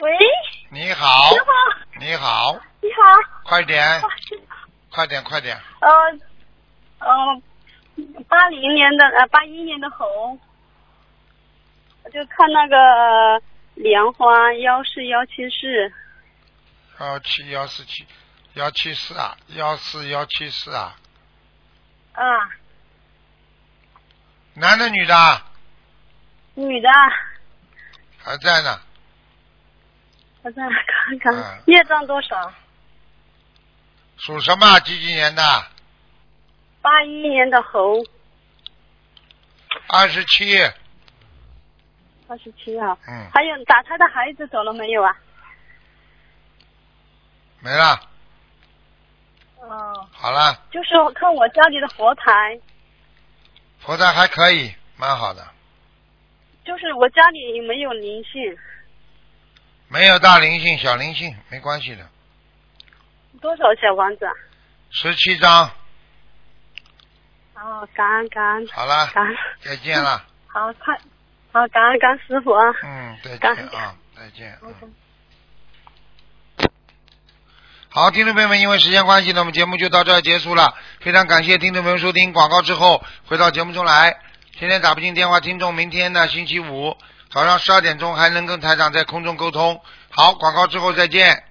S4: 喂，
S1: 你好
S6: 哎
S4: 师，傅，
S1: 你好，
S4: 你好，
S1: 快点
S4: 哇，师傅
S1: 快点，快点，
S4: 呃，呃，八零年的呃八一年的猴，我就看那个莲花幺四幺七四，
S1: 幺七幺四七幺七四啊，幺四幺七四啊，
S4: 啊，
S1: 男的女的啊
S4: 女的，啊
S1: 还在呢，
S4: 我再看看
S1: 嗯
S4: 业障多少？
S1: 属什么啊？几几年的？
S4: 八一年的猴，
S1: 二十七，
S4: 二十七号。
S1: 嗯，
S4: 还有打他的孩子走了没有啊？
S1: 没了，
S4: 哦，
S1: 好了，
S4: 就是我看我家里的佛台，
S1: 佛台还可以，蛮好的，
S4: 就是我家里没有灵性，
S1: 没有大灵性，小灵性没关系的，
S4: 多少小房子啊？
S1: 十七张，
S4: 哦，感恩感恩
S1: 好了，
S4: 感恩，
S1: 再见了，
S4: 好看，好感恩感恩师傅啊。
S1: 嗯，再
S4: 感
S1: 见啊，再见，嗯。好，听众朋友们，因为时间关系呢，我们节目就到这儿结束了。非常感谢听众朋友收听广告之后回到节目中来。今天打不进电话，听众明天呢星期五早上十二点钟还能跟台长在空中沟通。好，广告之后再见。